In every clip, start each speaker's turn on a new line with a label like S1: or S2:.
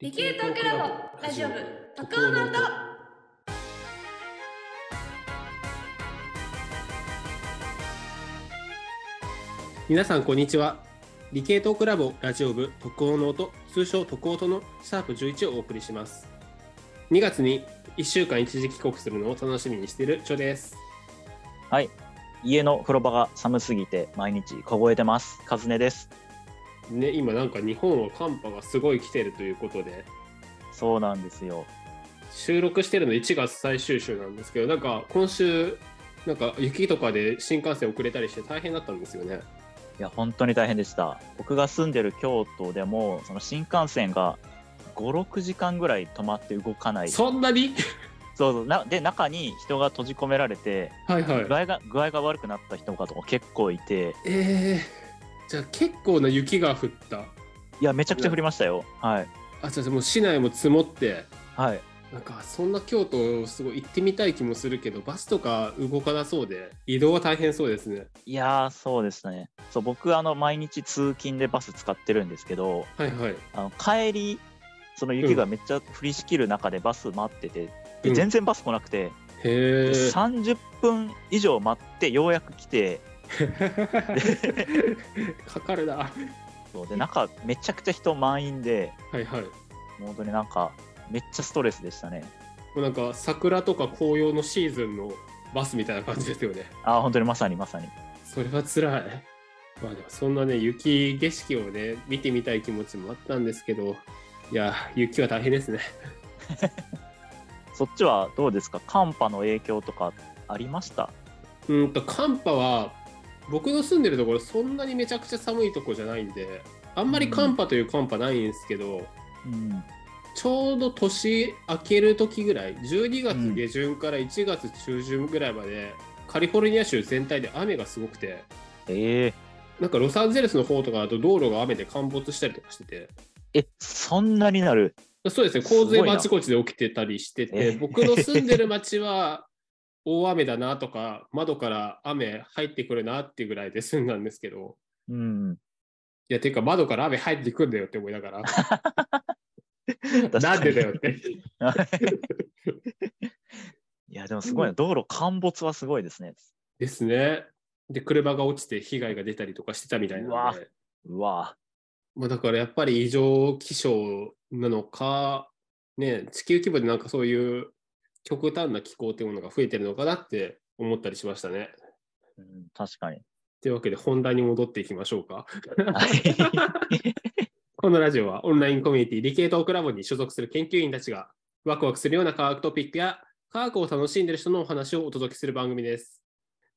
S1: リキュートクラブラジオ部徳尾の音
S2: 皆さんこんにちは理系トークラボラジオ部特応の音通称特応とのシャープ11をお送りします2月に1週間一時帰国するのを楽しみにしているチョです
S3: 家の風呂場が寒すぎて毎日凍えてます。カズネです。
S2: ね今なんか日本は寒波がすごい来てるということで
S3: そうなんですよ。
S2: 収録してるの1月最終週なんですけどなんか今週なんか雪とかで新幹線遅れたりして大変だったんですよね
S3: いや、本当に大変でした。僕が住んでる京都でも、その新幹線が5、6時間ぐらい止まって動かない。そう
S2: そんなに
S3: そうなで、中に人が閉じ込められて、
S2: はいはい
S3: 具合が具合が悪くなった人とかも結構いて、
S2: えー、じゃあ結構な雪が降った
S3: いや、めちゃくちゃ降りましたよ。はい。
S2: あじゃあもう市内も積もって
S3: はい。
S2: なんかそんな京都すごい行ってみたい気もするけどバスとか動かなそうで移動は大変そうですね
S3: いやー、そうですね。そう、僕、あの、毎日通勤でバス使ってるんですけど、
S2: はいはい
S3: あの帰り、その雪がめっちゃ降りしきる中でバス待ってて、
S2: う
S3: で
S2: ん
S3: 全然バス来なくて、
S2: へえ
S3: 30分以上待ってようやく来て
S2: かかるなは
S3: そうで中めちゃくちゃ人満員で
S2: いはいも
S3: もう本当になんかめっちゃストレスでしたね
S2: うなんか桜とか紅葉のシーズンのバスみたいな感じですよね
S3: あー本当にまさにまさに
S2: それは辛いまあでもそんなね雪景色をね見てみたい気持ちもあったんですけどいや雪は大変ですね
S3: そっちはどうですか寒波の影響とかありました
S2: うんと寒波は僕の住んでるところそんなにめちゃくちゃ寒いとこじゃないんであんまり寒波という寒波ないんですけど、
S3: うん
S2: ちょうど年明ける時ぐらい12月下旬から1月中旬ぐらいまで、カリフォルニア州全体で雨がすごくて
S3: えー、
S2: なんかロサンゼルスの方とかだと道路が雨で陥没したりとかしてて
S3: えそんなになる
S2: そうですね
S3: すご
S2: 洪
S3: い
S2: 水
S3: な
S2: もあちこちで起きてたりしてて
S3: え
S2: 僕の住んでる町は大雨だなとか窓から雨入ってくるなっていうぐらいで住んだんですけど。
S3: うん
S2: いや、てか窓から雨入ってくんだよって思いなが ら、
S3: 確かに
S2: なんでだよって。
S3: いやでもすごいな道路陥没はすごいですね
S2: ですね。で、車が落ちて被害が出たりとかしてたみたいな
S3: うわ
S2: ので、
S3: うわ
S2: まあ、だからやっぱり異常気象なのか、ね、地球規模でなんかそういう極端な気候っていうものが増えてるのかなって思ったりしましたね。
S3: ー、うん、確かに
S2: というわけで本題に戻っていきましょうか。
S3: はい
S2: このラジオはオンラインコミュニティ理系トークラボに所属する研究員たちがワクワクするような科学トピックや科学を楽しんでいる人のお話をお届けする番組です。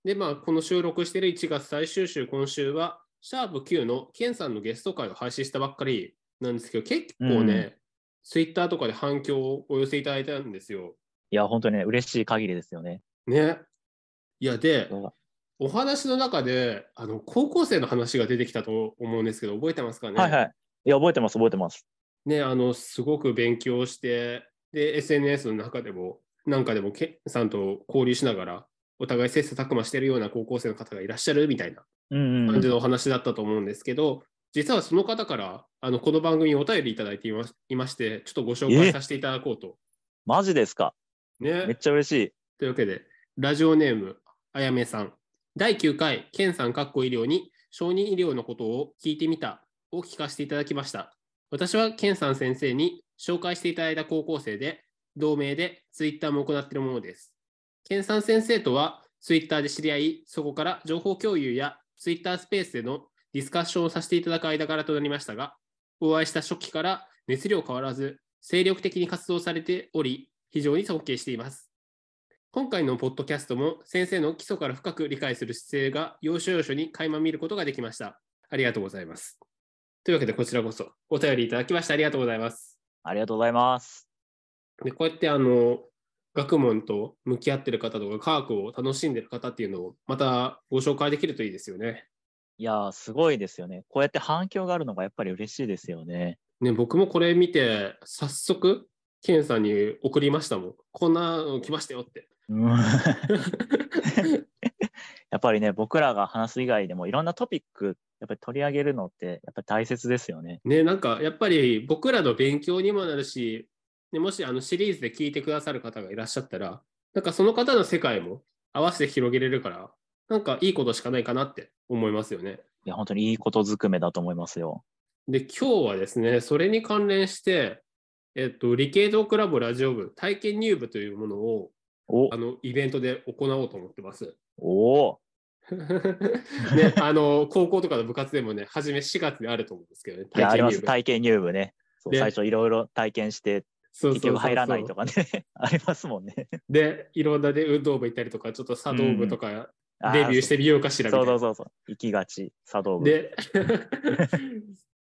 S2: で、まあ、この収録している1月最終週、今週は、シャープ9のケンさんのゲスト会を配信したばっかりなんですけど、結構
S3: う
S2: ね、ツイッターとかで反響をお寄せいただいたんですよ。
S3: いや本当にね嬉しい限りですよね
S2: ね。いや、で
S3: うわ、
S2: お話の中で、あの、高校生の話が出てきたと思うんですけど、覚えてますかね
S3: はいはい。いや、覚えてます、覚えてます。
S2: ね、あの、すごく勉強して、で、SNS の中でも、なんかでも、ケンさんと交流しながら、お互い切磋琢磨してるような高校生の方がいらっしゃるみたいな
S3: うんうんう
S2: 感じ
S3: ん。
S2: のお話だったと思うんですけど、実はその方から、あの、この番組にお便りいただいていまいまして、ちょっとご紹介
S3: え
S2: させていただこうと。
S3: マジですか。めっ
S2: ね。
S3: ちゃ嬉しい。
S2: というわけで、ラジオネーム、あやめさん。第9回、ケンさんかっこ医療に、承認医療のことを聞いてみたを聞かせていただきました。私はケンさん先生に紹介していただいた高校生で、同名でツイッターも行っているものです。ケンさん先生とはツイッターで知り合い、そこから情報共有やツイッタースペースでのディスカッションをさせていただく間柄となりましたが、お会いした初期から熱量変わらず、精力的に活動されており、非常に尊敬しています。今回のポッドキャストも先生の基礎から深く理解する姿勢が要所要所に垣間見ることができました。ありがとうございます。というわけでこちらこそお便りいただきましてありがとうございます。
S3: ありがとうございます。
S2: でこうやってあの学問と向き合ってる方とか科学を楽しんでる方っていうのをまたご紹介できるといいですよね。
S3: いやー、すごいですよね。こうやって反響があるのがやっぱり嬉しいですよね。
S2: ね僕もこれ見て早速ケンさんに送 りましたもん。こんなの来ましたよって。
S3: うんいやっぱりね、僕らが話す以外でもいろんなトピック、やっぱり取り上げるのって、やっぱり大切ですよね。
S2: ね、なんかやっぱり僕らの勉強にもなるし、ね、もしあのシリーズで聞いてくださる方がいらっしゃったら、なんかその方の世界も合わせて広げれるから、なんかいいことしかないかなって思いますよね。
S3: いや、本当にいいことずくめだと思いますよ。
S2: で、今日はですね、それに関連して、えっと、理系同クラブラジオ部体験入部というものを
S3: お
S2: あのイベントで行おうと思ってます。
S3: お
S2: ね、あの高校とかの部活でもね、初め4月であると思うんですけどね、
S3: ーいや、ありま
S2: 入
S3: す。
S2: 部
S3: 体験入部ね。そう
S2: ね
S3: 最初いろいろ体験して、
S2: そうそう
S3: 結
S2: そうそう
S3: 局入らないとかね。 ありますもんね。
S2: で、いろんなね、運動部行ったりとか、ちょっと茶道部とか
S3: あ
S2: デビューしてみようかし
S3: そ
S2: ら
S3: う
S2: みたいな
S3: そうそうそう。行きがち、茶道部。
S2: で、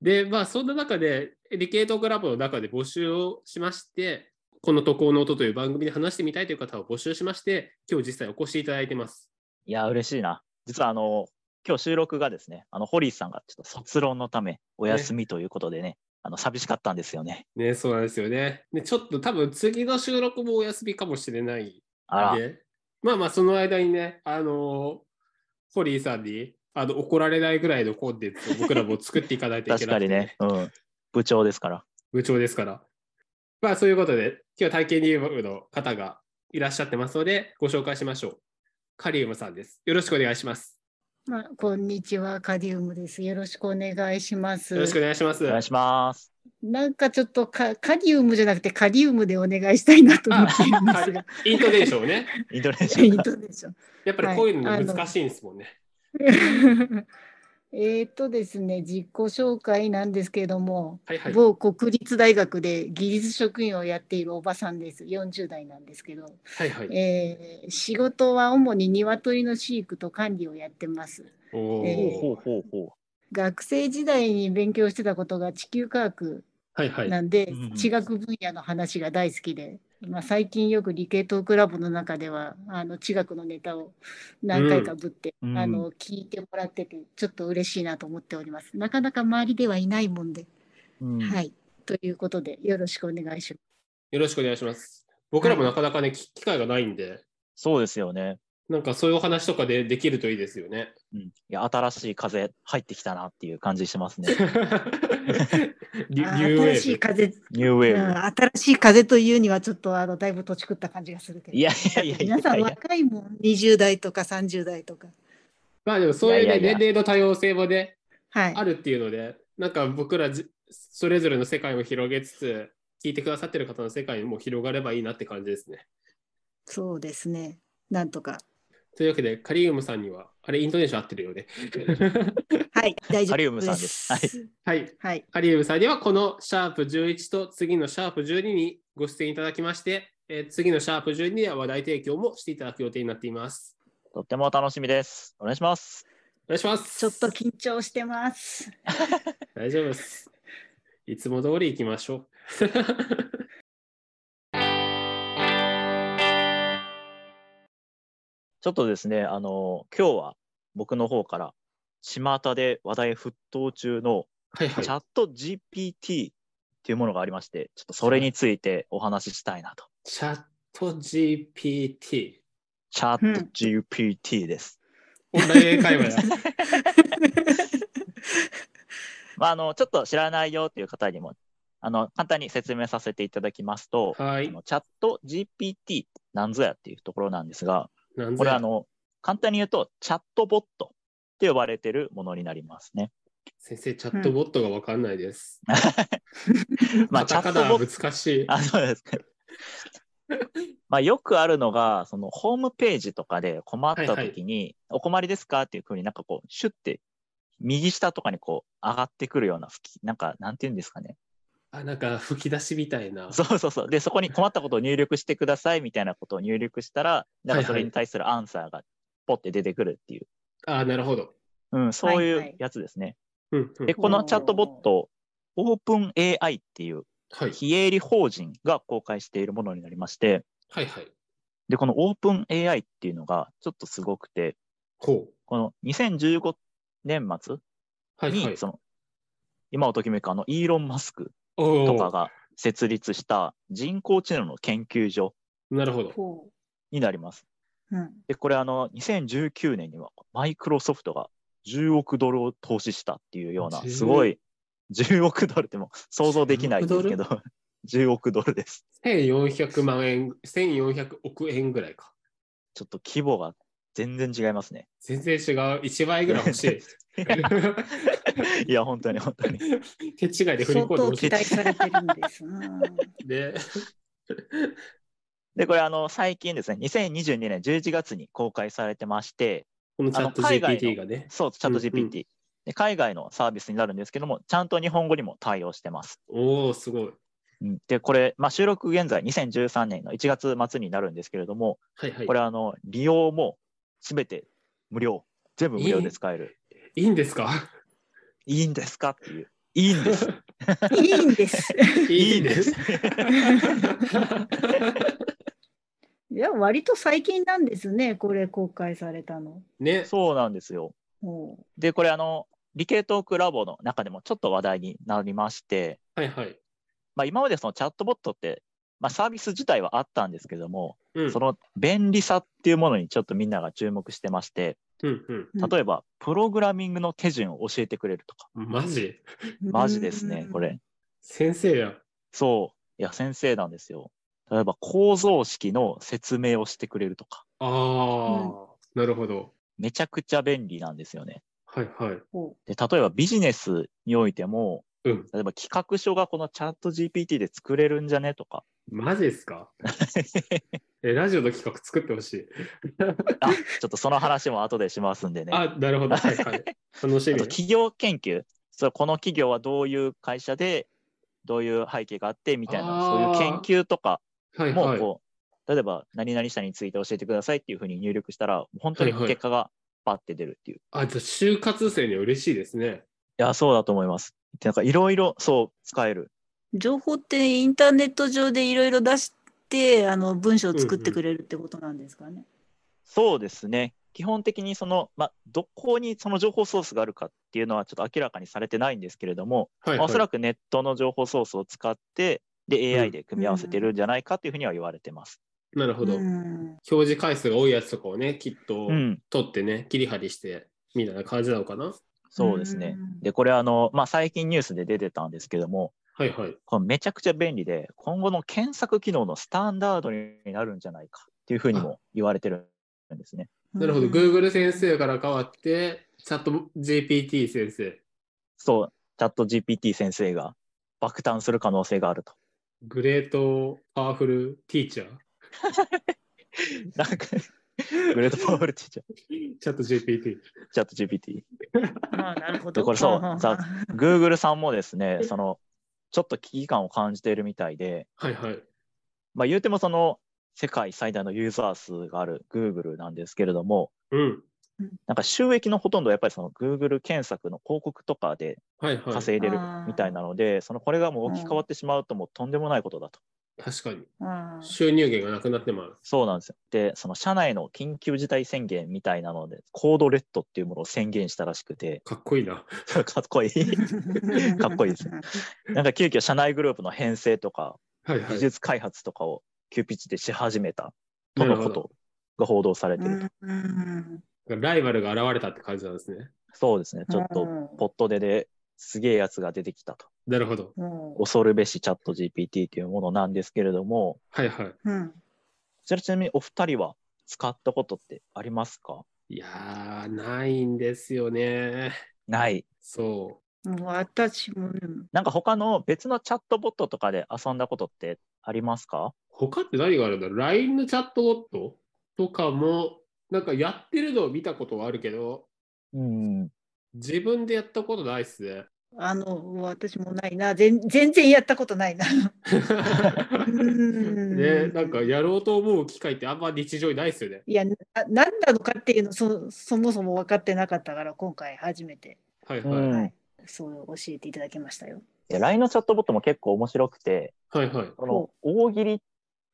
S2: で、まあ、そんな中で、理系トークラボの中で募集をしまして、この渡航の音という番組で話してみたいという方を募集しまして、今日実際お越しいただいてます。
S3: いや、嬉しいな。実はあの、今日収録がですね、あの、ホリーさんがちょっと卒論のためお休みということでね、あの、寂しかったんですよね。
S2: ね、そうなんですよね。で、ちょっと多分次の収録もお休みかもしれない
S3: あら、
S2: んで、まあまあ、その間にね、あのーホリーさんに、あの怒られないぐらいのコンテンツを僕らも作っていかないといけ
S3: 確
S2: な
S3: か
S2: くて、
S3: にね、うん。部長ですから。
S2: 部長ですから。まあそういうことで、今日体験入部の方がいらっしゃってますので、ご紹介しましょう。カリウムさんです。よろしくお願いします。
S4: まあ、こんにちは、カディウムです。よろしくお願いします。
S2: よろしくお願いします。
S3: お願いします。
S4: なんかちょっとカカディウムじゃなくてカディウムでお願いしたいなと思っているんですが、
S2: イントネーションをね。
S3: インドネ
S4: え
S3: シ
S4: っ
S3: アか。
S4: とでしょ。
S2: やっぱりこういうの難しいんですもんね。
S4: えっとですね、自己紹介なんですけれども、
S2: はいはい。
S4: 某国立大学で技術職員をやっているおばさんです。40代なんですけど、
S2: はいはい。
S4: えー仕事は主に鶏の飼育と管理をやってます。
S2: お
S4: え
S3: ほう
S2: おー。
S3: ほうほう。
S4: 学生時代に勉強してたことが地球科学
S2: はいはい。
S4: なんで、
S3: うんうん
S4: 地学分野の話が大好きで、まあ、最近よく理系トークラボの中ではあの地学のネタを何回かぶって、
S3: うん
S4: あの聞いてもらっててちょっと嬉しいなと思っております。なかなか周りではいないもんで、
S3: うん
S4: はいということでよろしくお願いしま
S2: よろしくお願いします。僕らもなかなかね、き機会がないんで、
S3: そうですよね。
S2: なんかそういうお話とかでできるといいですよね。
S3: うん、いや新しい風入ってきたなっていう感じしてますね。
S4: す。
S2: リ
S4: あ
S2: リュ
S4: ー
S2: ウウ
S4: 新しい
S2: ェー
S4: 風、
S3: ニューウェ
S4: う
S3: ー
S4: ん
S3: ブ。
S4: 新しい風というにはちょっとあのだいぶ土地食った感じがするけど。
S3: いやいやいやいや
S4: 皆さん
S3: いや。
S4: 若いもん、20代とか30代とか。
S2: ブ。まあでもそういう
S3: いや
S2: ね、
S3: いやい
S2: 年
S3: や
S2: 齢の多様性もね、
S4: はい
S2: あ。るっていうので、なんか僕らじそれぞれの世界を広げつつ、聞いてくださってる方の世界にも広がればいいなって感じですね。
S4: そうですね。なんとか。
S2: というわけで、カリウムさんには、あれ、イントネーション合ってるよね。
S4: はい、大丈夫です。
S3: カリウムさんですはい
S2: はい。
S4: はい。
S2: カリウムさんには、このシャープ11と次のシャープ12にご出演いただきまして、えー次のシャープ12では話題提供もしていただく予定になっています。
S3: とっても楽しみです。お願いします。
S2: お願いします。
S4: ちょっと緊張して ます。
S2: 大丈夫です。いつも通り行きましょう。
S3: ちょっとですね、あの今日は僕の方から巷で話題沸騰中の
S2: はいは
S3: チャット GPT というものがありまして、ちょっとそれについてお話ししたいなと。
S2: チャット GPT。
S3: チャット GPT です。
S2: オンライン英会話や。
S3: まあ、あのちょっと知らないよという方にもあの簡単に説明させていただきますと、
S2: はい
S3: あ。のチャット GPT なんぞやっていうところなんですが、
S2: なんぞ
S3: これ
S2: や
S3: あの簡単に言うとチャットボットって呼ばれてるものになりますね。
S2: 先生、チャットボットがわかんないです。
S3: まあ、チャ
S2: カタ
S3: ット
S2: カナ
S3: ボ
S2: は
S3: ット
S2: 難しい。
S3: あそうですかまあよくあるのがそのホームページとかで困った
S2: はいは
S3: 時に、お困りですかっていうふうになんかこうシュッて右下とかにこう上がってくるような吹きなんかなんて言うんですかね
S2: あ、なんか吹き出しみたいな。
S3: そうそうそう。で、そこに困ったことを入力してくださいみたいなことを入力したら、なんかそれに対するアンサーがポッて出てくるっていう、
S2: あ、なるほど。
S3: うん、そうい
S4: はいは
S3: う
S4: い
S3: やつですね。
S2: うんうん
S3: で、このチャットボット、オープン AI っていう
S2: はい
S3: 非営利法人が公開しているものになりまして、
S2: はいはい。
S3: で、このオープン AI っていうのがちょっとすごくて、
S2: ほう。
S3: この2015年末
S2: はいはい
S3: に、。その、今をときめくあのイーロン・マスク
S2: おー
S3: とかが設立した人工知能の研究所
S2: なるほど。
S4: ほ
S3: になります。
S4: ううん。
S3: で、これあの、2019年にはマイクロソフトが10億ドルを投資したっていうような、
S2: 10
S3: すごい、10億ドルってもう想像できないんですけど、10億ドルです。
S2: 1400万円、1400億円ぐらいか。
S3: ちょっと規模が全然違いま すね。
S2: 全然違う。1倍ぐらい欲し い。
S3: いや、本当に本当に。
S2: 手違いで振り
S4: 相
S2: 込んで
S4: 当
S2: ほし
S4: 期
S2: い
S4: 待されてるんですな。
S2: で、
S3: で、これあの、最近ですね、2022年11月に公開されてまして、
S2: このチャット
S3: あの海外の
S2: GPT がね。
S3: そう、チャット
S2: うんうん
S3: GPT、で。海外のサービスになるんですけども、ちゃんと日本語にも対応してます。
S2: おおすごい。
S3: うんで、これ、まあ、収録現在2013年の1月末になるんですけれども、
S2: はいはい。
S3: これあの、利用もすべて無料、全部無料で使える。
S2: いいんです か
S3: いいんですかっていう。いいんです。
S4: いいんです。
S2: いいです。
S4: いや、割と最近なんですね、これ公開されたの。
S2: ね。
S3: そうなんです よ。
S4: おう
S3: で、これあの、理系トークラボの中でもちょっと話題になりまして、
S2: はいはい。
S3: まあ、今までそのチャットボットって、まあ、サービス自体はあったんですけども、
S2: うん。
S3: その便利さっていうものにちょっとみんなが注目してまして、
S2: うんうん。
S4: うん
S3: 例えば、プログラミングの手順を教えてくれるとか、
S2: マジ
S3: マジですね、こ。れ。
S2: 先生やん。
S3: そう。いや、先生なんですよ。例えば、構造式の説明をしてくれるとか、
S2: ああ、なるほど。
S3: めちゃくちゃ便利なんですよね。
S2: はいはい。
S4: おう
S3: で、例えばビジネスにおいても、
S2: うん。
S3: 例えば企画書がこのチャット GPT で作れるんじゃねとか、
S2: マジです かえ、ラジオの企画作ってほしい。
S3: あ、ちょっとその話も後でしますんでね。あ
S2: あ、なるほ ど。はいはい。楽し
S3: と
S2: み。
S3: 企業研究。そうこの企業はどういう会社で、どういう背景があってみたいな、そう
S2: あー
S3: いう研究とか
S2: はい
S3: もこう、
S2: はい。
S3: 例えば何々社について教えてくださいっていうふうに入力したら、本当に
S2: はいはい
S3: 結果がバッて出るっていう。
S2: あ、じゃあ就活生には嬉しいですね。
S3: いや、そうだと思います。でなんかいろいろそう使える。
S4: 情報ってインターネット上でいろいろ出して、あの文章を作ってくれるってことなんですかね。
S3: そうですね。基本的にその、まあ、どこにその情報ソースがあるかっていうのはちょっと明らかにされてないんですけれども、
S2: はい、
S3: まあ
S2: はい。
S3: おそら
S2: く。
S3: くネットの情報ソースを使って、で、
S2: うん
S3: AI で組み合わせてるんじゃないかっていうふうには言われてます。
S2: なるほど。
S4: う
S2: 表
S4: ん
S2: 示回数が多いやつとかをね、きっと
S3: うん、
S2: 取ってね、切り張りして、みたいな感じなのかな。
S3: そうですね。。
S4: うん
S3: で、これあの、まあ、最近ニュースで出てたんですけども、
S2: はいはい。
S3: これめちゃくちゃ便利で、今後の検索機能のスタンダードになるんじゃないかっていうふうにも言われてるんですね。
S2: なるほど。Google 先生から変わって、チャット GPT 先生。
S3: そう、チャット GPT 先生が爆誕する可能性がある と。
S2: グレートパワフルティーチャー。
S3: なんか、グレートパワールティーチャー、
S2: チャット GPT。
S3: チャット GPT。
S4: まあなるほ
S3: で
S4: ど。
S3: これそう
S4: はあはあ
S3: ざっ Google さんもですね、その、ちょっと危機感を感じているみたいで、
S2: はいはい。
S3: まあ言うてもその、世界最大のユーザー数がある Google なんですけれども、
S2: うん。
S3: なんか収益のほとんどはやっぱりその Google 検索の広告とかで
S2: はいはい。
S3: 稼いでるみたいなので、そのこれがもう置き
S4: うん
S3: 換わってしまうともうとんでもないことだと。
S2: 確かに。
S4: あー
S2: 収入源がなくなってます。
S3: そうなんですよ。で、その社内の緊急事態宣言みたいなので、コードレッドっていうものを宣言したらしくて、
S2: かっこいいな。
S3: かっこいい。かっこいいですね。なんか急遽社内グループの編成とか、
S2: はいは
S3: 技
S2: い。
S3: 術開発とかを急ピッチでし始めた
S2: な
S3: と
S2: る
S3: の
S2: ほ
S3: こ
S2: ど
S3: とが報道されて
S4: う
S3: ると。
S4: んうん
S2: ライバルが現れたって感じなんですね。
S3: そうですね。ちょっと、
S4: と
S3: ポットでですげえやつが出てきたと。
S2: なるほど。
S3: 恐るべしチャット GPT というものなんですけれども、
S2: はいはい。
S4: うん、
S3: そちらちなみにお二人は使ったことってありますか
S2: いやー、ないんですよね。
S3: ない。
S2: そ
S4: もう私もね、
S3: なんか他の別のチャットボットとかで遊んだことってありますか
S2: う。他って何があるんだろう ?LINE のチャットボットとかも、なんかやってるのを見たことはあるけど、
S3: うん。
S2: 自分でやったことないっす ね。
S4: あの私もないな全全然やったことないな。ん
S2: ね、なんかやろうと思う機会ってあんま日常にないっすよね。
S4: いやな何なのかっていうのそそもそも分かってなかったから今回初めて、
S2: はいうはい。
S3: ん
S4: はい
S3: い
S4: そう教えていただきましたよ。
S3: や LINE のチャットボットも結構面白くて、
S2: はいはい。
S3: その
S4: ほ
S3: 大喜利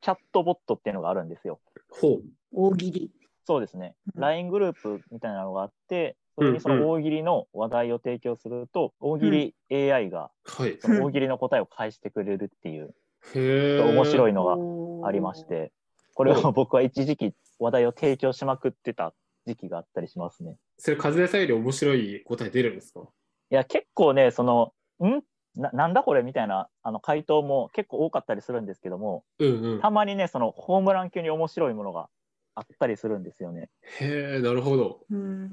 S3: チャットボットっていうのがあるんですよ。
S2: ほう。
S4: 大喜利。
S3: そうですね。
S4: うん
S3: LINE グループみたいなのがあって、それにそ
S2: うんうん
S3: の大喜利の話題を提供すると、大喜利 AI が
S2: はい。
S3: その大喜利の答えを返してくれるっていう、
S2: へえ。
S3: 面白いのが
S4: の
S3: ありまし。て、これを僕は一時期話題を提供しまくってた時期があったりしますね。
S2: それ、カズレーザーより面白い答え出るんですか
S3: いや、結構ね、その、んななんだこれみたいなあの回答も結構多かったりするんですけども、
S2: うんうん。へ
S3: たまにね、そのホームラン級に面白いものがあったりするんですよね。
S2: え、なるほど。
S4: うん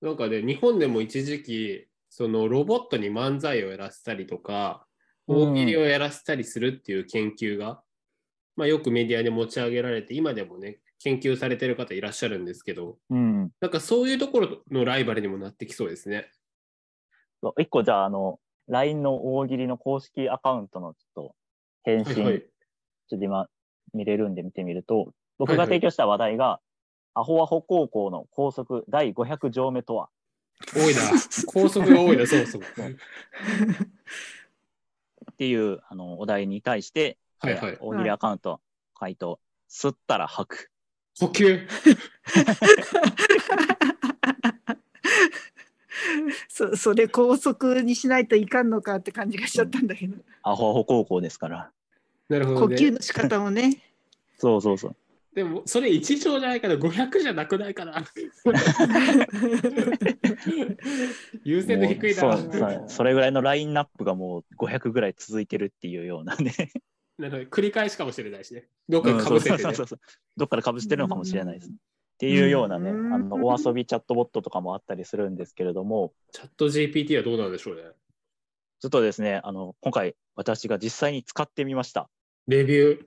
S2: なんかね、日本でも一時期、そのロボットに漫才をやらせたりとか、
S3: うん
S2: 大喜利をやらせたりするっていう研究が、まあ、よくメディアで持ち上げられて、今でもね、研究されてる方いらっしゃるんですけど、
S3: うん。
S2: なんかそういうところのライバルにもなってきそうですね。
S3: そう一個じゃあ、あの、LINE の大喜利の公式アカウントのちょっと返
S2: は
S3: 信、
S2: いはい。
S3: ちょっと今見れるんで見てみると、
S2: は
S3: 僕
S2: いは
S3: が
S2: い
S3: 提供した話題が、アホアホ高校の校則第500条目とは、
S2: 多いな。高速が多いな、そもそも。
S3: っていうあのお題に対して、
S2: はいはい。
S3: 大喜利アカウント、回答、吸ったら吐く。
S2: 呼吸。
S4: そそれ高速にしないといかんのかって感じがしちゃったんだけど、
S3: アホアホ高校ですから。
S2: なるほ
S4: 呼
S2: ど、ね。
S4: 吸の仕方もね
S3: そうそうそう。
S2: でも、それ1乗じゃないかな、500じゃなくないかな。 優先度低いな。
S3: も
S2: な
S3: うそう
S2: る
S3: そうそれぐらいのラインナップがもう500ぐらい続いてるっていうようなね。
S2: ほど繰り返しかもしれないしね。どっ
S3: う
S2: か
S3: ん
S2: か
S3: そう
S2: ぶせ
S3: そ
S2: て、
S3: う
S2: ね
S3: そうそう。どっからかぶしてるのかもしれないです。っていうようなね、
S4: うん
S3: あのお遊びチャットボットとかもあったりするんですけれども、
S2: チャット GPT はどうなんでしょうね。
S3: ちょっとですね、あの今回私が実際に使ってみました。
S2: レビュー。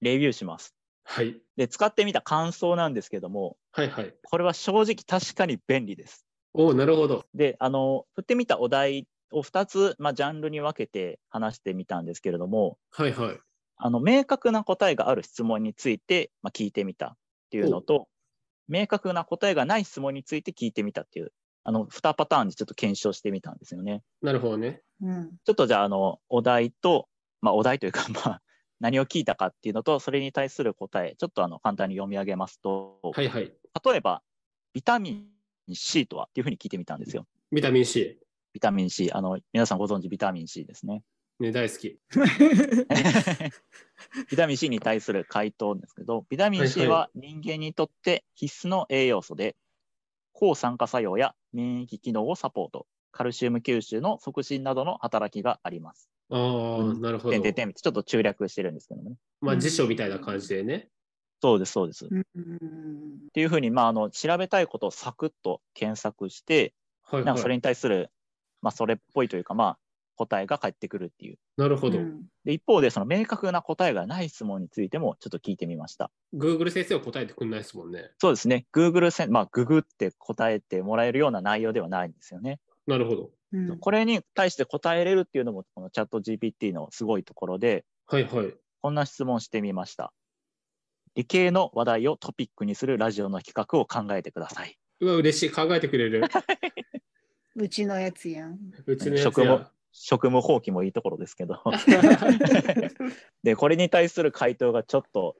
S3: レビューします。
S2: はい。
S3: で、使ってみた感想なんですけども、
S2: はいはい。
S3: これは正直確かに便利です。
S2: おお、なるほど。
S3: で、あの、振ってみたお題を2つ、まあ、ジャンルに分けて話してみたんですけれども、
S2: はいはい。
S3: あの、明確な答えがある質問について、まあ、聞いてみたっていうのと、明確な答えがない質問について聞いてみたっていう、あの、2パターンでちょっと検証してみたんですよね。
S2: なるほどね。
S4: うん
S3: ちょっとじゃあ、あの、お題と、まあ、お題というか、 まあ、何を聞いたかっていうのと、それに対する答え、ちょっとあの簡単に読み上げますと、
S2: はいはい。
S3: 例えば、ビタミン C とはっていうふうに聞いてみたんですよ。
S2: ビタミン C。
S3: ビタミン C、あの、皆さんご存知ビタミン C ですね。
S2: ね、大好き。
S3: ビタミン C に対する回答ですけど、ビタミン C は人間にとって必須の栄養素で、抗酸化作用や免疫機能をサポート、カルシウム吸収の促進などの働きがあります。
S2: ああ、なるほど
S3: 点。点点ちょっと中略してるんですけどもね。
S2: まあ辞書みたいな感じでね。
S3: そうです、そうです。っ
S4: うん
S3: ていうふうに、まあ、あの調べたいことをサクッと検索して、
S2: はい
S3: なんかそ
S2: は
S3: れ
S2: い。
S3: に対する、まあ、それっぽいというか、まあ、答えが返ってくるっていう。
S2: なるほど
S4: う。ん
S3: で一方で、その明確な答えがない質問についても、ちょっと聞いてみました。
S2: Google 先生は答えてくんないですもんね。
S3: そうですね、Google せん、まあ、ググって答えてもらえるような内容ではないんですよね。
S2: なるほど。
S4: うん
S3: これに対して答えれるっていうのも、このチャット GPT のすごいところで、
S2: はいはい。
S3: こんな質問してみました。理系の話題をトピックにするラジオの企画を考えてください。
S2: うわ、嬉しい。考えてくれ る。
S4: うちのやつやん。
S2: うちのやつ
S3: 職務
S2: や。
S3: 職務放棄もいいところですけど。で、これに対する回答がちょっと、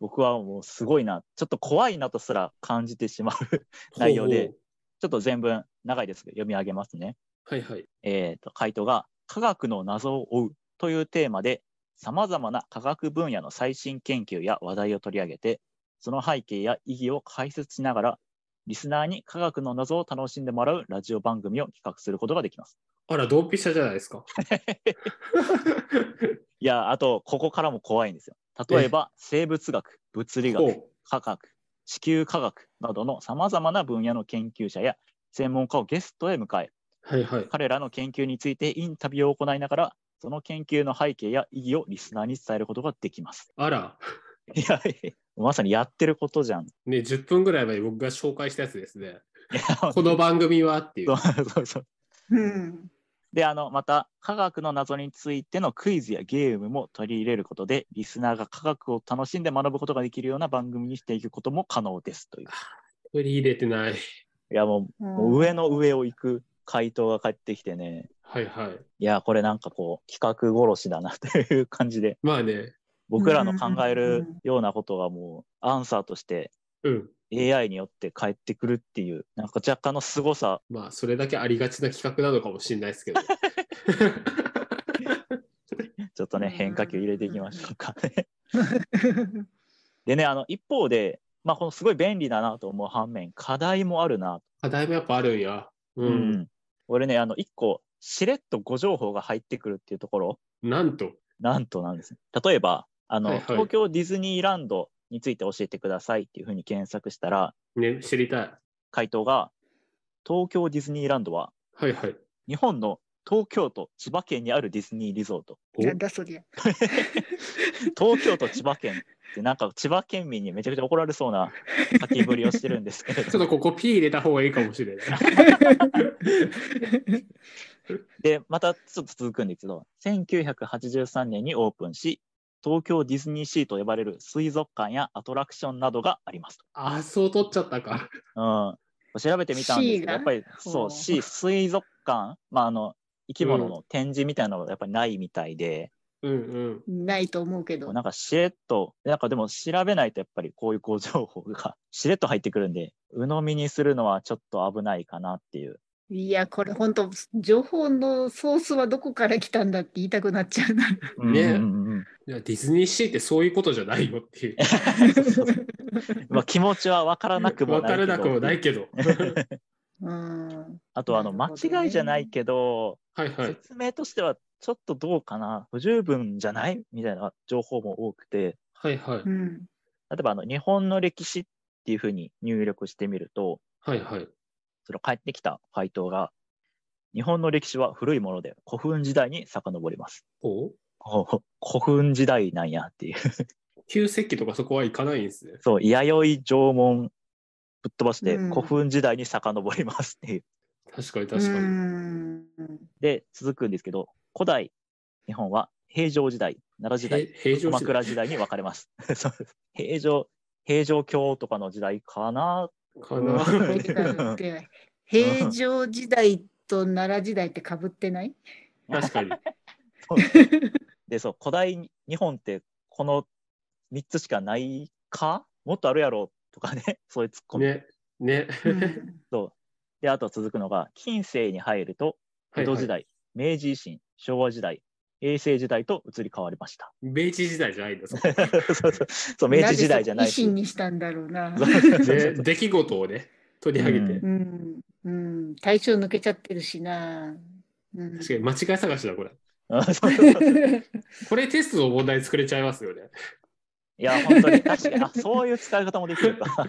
S3: 僕はもうすごいな、ちょっと怖いなとすら感じてしまう。ち内容でょっと全文、長いですけど、読み上げますね。
S2: ほうほう。はいはい。
S3: えーと回答が「科学の謎を追う」というテーマでさまざまな科学分野の最新研究や話題を取り上げてその背景や意義を解説しながらリスナーに科学の謎を楽しんでもらうラジオ番組を企画することができます。
S2: あら、ドンピシャじゃないです か。
S3: いやあとここからも怖いんですよ。例えば生物学物理
S2: ほ
S3: 学
S2: う
S3: 科学地球科学などのさまざまな分野の研究者や専門家をゲストへ迎え
S2: はいはい。
S3: 彼らの研究についてインタビューを行いながら、その研究の背景や意義をリスナーに伝えることができます。
S2: あら、
S3: いや、まさにやってることじゃん。
S2: ね、10分ぐらい前に僕が紹介したやつですね。この番組はっていう。
S3: そうそうそう
S4: うん。
S3: で、あの、また、科学の謎についてのクイズやゲームも取り入れることで、リスナーが科学を楽しんで学ぶことができるような番組にしていくことも可能ですという。
S2: 取り入れてない。
S3: いや、もう、もう 上の上を行く回答が返ってきてね、
S2: はいはい。
S3: いや、これなんかこう、企画殺しだなという感じで、
S2: まあね、
S3: 僕らの考えるようなことがもう、アンサーとして
S2: うん。
S3: AI によって返ってくるっていう、なんか若干の凄さ、
S2: まあ、それだけありがちな企画なのかもしれないですけど。
S3: ちょっとね、
S4: うん
S3: 変化球入れていきましょうかね。 でね、あの、一方で、まあ、このすごい便利だなと思う反面、課題もあるな
S2: 課題もやっぱあるんや。う
S3: と。
S2: ん。
S3: 俺ね、あの、一個、しれっと誤情報が入ってくるっていうところ、
S2: なんと。
S3: なんとなんですね。例えば、あの、
S2: はいはい
S3: 東京ディズニーランドについて教えてくださいっていうふうに検索したら、
S2: ね、知りたい。
S3: 回答が、東京ディズニーランドは
S2: はいはい。
S3: 日本の東京都、千葉県にあるディズニーリゾート。
S2: お
S4: なんだそ りゃ。
S3: 東京都、千葉県って、なんか千葉県民にめちゃくちゃ怒られそうな書きぶりをしてるんですけれ
S2: ち
S3: ど
S2: ょっ
S3: も。
S2: とここ P 入れた方がいいかもし れない。
S3: で、またちょっと続くんですけど、1983年にオープンし、東京ディズニーシーと呼ばれる水族館やアトラクションなどがありますと。
S2: あ、そう取っちゃったか。
S3: うん、調べてみたんですけ
S4: C
S3: ど、
S4: が
S3: やっぱり
S4: ほ
S3: そうう、し水族館、まあ、あの生き物の展示みたいなのがやっぱりないみたいで、
S2: うんうん。
S4: ないと思うけど。
S3: なんかしれっと、なんかでも調べないとやっぱりこういうこう情報が しれっと入ってくるんで、鵜呑みにするのはちょっと危ないかなっていう。
S4: いや、これ本当情報のソースはどこから来たんだって言いたくなっちゃうな。
S2: ね
S3: うんうんうん
S2: いやディズニーシーってそういうことじゃないよっていう。
S3: そうそうそうまあ気持ちは分から なくも
S2: わ
S3: ない
S2: か
S3: けど。
S2: らなくもないけ ど。
S4: うん。
S3: あとあの
S4: な
S3: 間
S4: るほどね
S3: 違いじゃないけど、
S2: はいはい。
S3: 説明としてはちょっとどうかな不十分じゃないみたいな情報も多くて
S2: はいはい。
S4: うん。
S3: 例えばあの日本の歴史っていうふうに入力してみると
S2: はいはい。
S3: その返ってきた回答が日本の歴史は古いもので古墳時代に遡ります。
S2: お
S3: お古墳時代なんやっていう。
S2: 旧石器とかそこは行かないんですね。
S3: そう、弥生縄文ぶっ飛ばして
S4: うん
S3: 古墳時代に遡りますっていう。
S2: 確かに確かに。
S4: うん
S3: で、続くんですけど、古代日本は平城時代、奈良時代、
S2: へ平常
S3: 鎌
S2: 時代
S3: 倉時代に分かれます。 そうです平城、平城京とかの時代かな
S2: か
S3: う
S2: な。
S3: ん
S4: だ って平城時代と奈良時代ってかぶってない
S2: 確かに。
S3: で、そう、古代日本ってこの3つしかないかもっとあるやろとかね、 そういうツッコミ。
S2: ね。ね。
S4: うん
S3: で、あと続くのが、近世に入ると、江戸時代、明治維新、昭和時代、平成時代と移り変わりました。
S2: 明治時代じゃないんだ。そこ
S3: そうそうそう、 明治時代じゃない
S4: ぜそ維
S3: し。
S4: 新にしたんだろうな。
S2: ね、出来事をね、取り上げて。
S3: う
S4: うん。うん。対象抜けちゃってるしな。うん
S2: 確かに間違い探しだ、これ。
S3: うんそうそうそう
S2: これテストの問題作れちゃいますよね。
S3: いや、本当に確かに、あそういう使い方もできるか。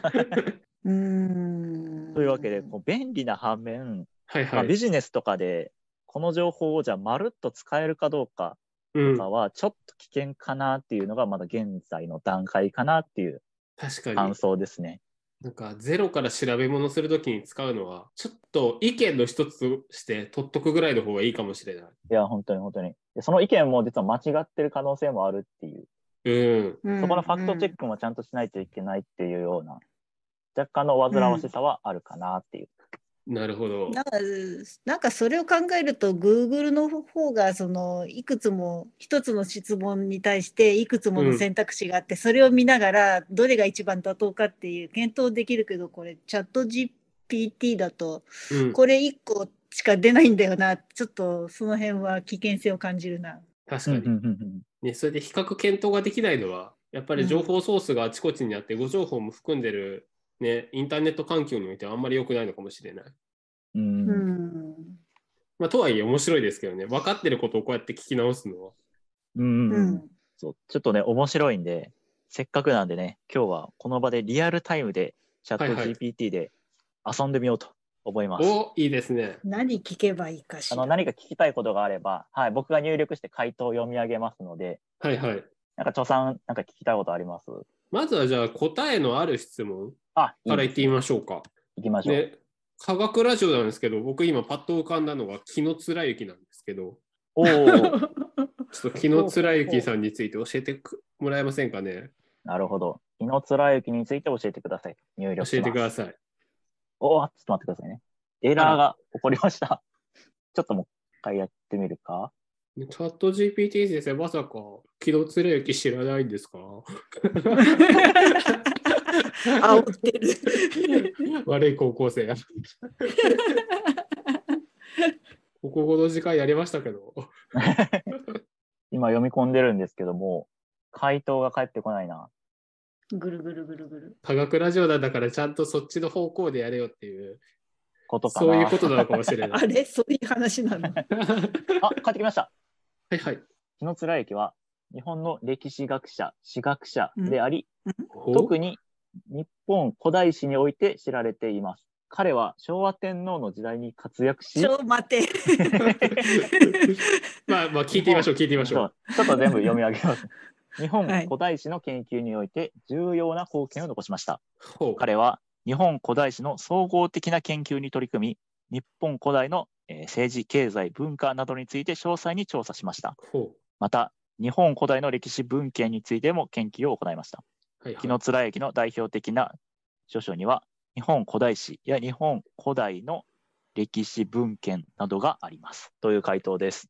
S4: うん。
S3: というわけで、こう便利な反面、
S2: はい
S3: まあ、
S2: は
S3: ビ
S2: い。
S3: ジネスとかで、この情報をじゃあ、まるっと使えるかどうか
S2: うん、
S3: かは、ちょっと危険かなっていうのが、まだ現在の段階かなっていう
S2: 確かに
S3: 感。想ですね。
S2: なんか、ゼロから調べ物するときに使うのは、ちょっと意見の一つとして取っとくぐらいの方がいいかもしれない。
S3: いや、本当に本当に。でその意見も実は間違ってる可能性もあるっていう、
S2: うん。
S4: うん、
S3: そこのファクトチェックもちゃんとしないといけないっていうような、若干の煩わしさはあるかなっていう。
S2: なるほど。
S4: なんかなんかそれを考えると Google の方がそのいくつも一つの質問に対していくつもの選択肢があって、それを見ながらどれが一番妥当かっていう検討できるけどこれチャット GPT だと
S2: うん、
S4: これ1個しか出ないんだよなちょっとその辺は危険性を感じるな。
S2: 確かに、
S3: うんうんうんうん
S2: ね。それで比較検討ができないのは、やっぱり情報ソースがあちこちにあって、ご情報も含んでる、ね、インターネット環境においてはあんまり良くないのかもしれない。
S3: うん
S4: うん
S2: まあ、とはいえ面白いですけどね、分かってることをこうやって聞き直すのは。
S3: うんうん
S4: う
S3: うん
S4: ん
S3: そう、ちょっとね、面白いんで、せっかくなんでね、今日はこの場でリアルタイムで、チャッ
S2: は
S3: ト
S2: いはい
S3: GPT で遊んでみようと思います。
S2: おいいですね。
S4: 何聞けばいいかし
S3: あ
S4: ら。
S3: の何か聞きたいことがあれば、はい、僕が入力して回答を読み上げますので、
S2: はいはい。
S3: なんか、著さん、なんか聞きたいことあります
S2: まずはじゃあ答えのある質問
S3: あ、い
S2: から
S3: い
S2: 言ってみましょうか。
S3: 行きましょう。
S2: で、科学ラジオなんですけど、僕今パッと浮かんだのが紀野貫之なんですけど、
S3: おお、
S2: ちょっと紀野貫之さんについて教えてくもらえませんかね。
S3: なるほど。井の貫之について教えてください。入力し
S2: 教え
S3: ます。
S2: てください。
S3: おお、ちょっと待ってくださいね。エラーが起こりました。 ちょっともう一回やってみるか。
S2: チャット GPT 先生、まさか紀野貫之知らないんですか
S4: 煽 ってる。
S2: 悪い高校生。 こここの時間やりましたけど。
S3: 今読み込んでるんですけども、回答が返ってこないな。
S4: ぐるぐるぐるぐる。
S2: 科学ラジオなんだからちゃんとそっちの方向でやれよっていう、
S3: ことかな。
S2: そういうことなのかもしれな
S4: あ
S2: い。
S4: れそういう話 なの
S2: は
S3: あ、帰ってきました。
S2: いはい。
S3: 紀貫之は、日本の歴史学者、史学者であり、
S2: 特
S3: 特に日本古代史において知られています。彼は昭和天皇の時代に活躍し、
S4: ちょ、待て。
S2: まあまあ聞いてみましょう聞いてみまし
S3: そ
S2: ょう。
S3: うちょっと全部読み上げ ます。日本
S4: はい
S3: 古代史の研究において重要な貢献を残しました。
S2: ほう
S3: 彼は日本古代史の総合的な研究に取り組み、日本古代のえー政治、経済、文化などについて詳細に調査しました。
S2: ほ
S3: また、日本古代の歴史文献についても研究を行いました。
S2: うはいはい
S3: 紀貫之の代表的な著書には、日本古代史や日本古代の歴史文献などがあります。という回答です。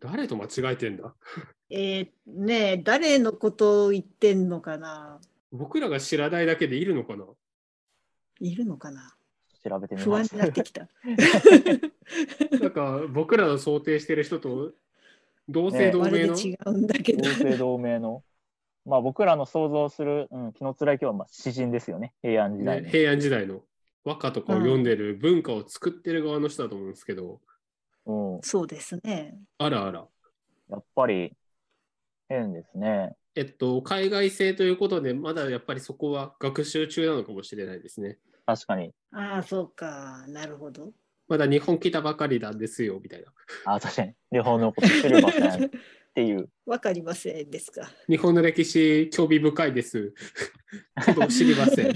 S2: 誰と間違えてんだ
S4: えーねえ、誰のことを言ってんのかな
S2: 僕らが知らないだけでいるのかない
S4: るのかな
S3: 調べてみ
S4: 不
S3: ま
S4: 安
S3: す
S4: に。なってきた。
S2: なんか僕らの想定してる人と同姓
S3: ねえ
S2: 同
S4: ま
S2: 名
S4: る
S2: の、
S4: で違うんだけど
S3: 同。姓同名の。まあ僕らの想像する、うん、紀貫之はまあ詩人ですよね。平安時代
S2: ね
S3: の。
S2: 平安時代の和歌とかを読んでる文化を作ってる側の人だと思うんですけど、
S3: うん、
S4: そうですね。
S2: あらあら。
S3: やっぱり変ですね。
S2: えっと、海外製ということで、まだやっぱりそこは学習中なのかもしれないですね。
S3: 確かに。
S4: ああ、そうか。なるほど。
S2: まだ日本来たばかりなんですよ、みたいな。
S3: あ、確かに。両方のこと知るばっかりっていう。
S4: わかりませんですか。
S2: 日本の歴史、興味深いです。こと知りません。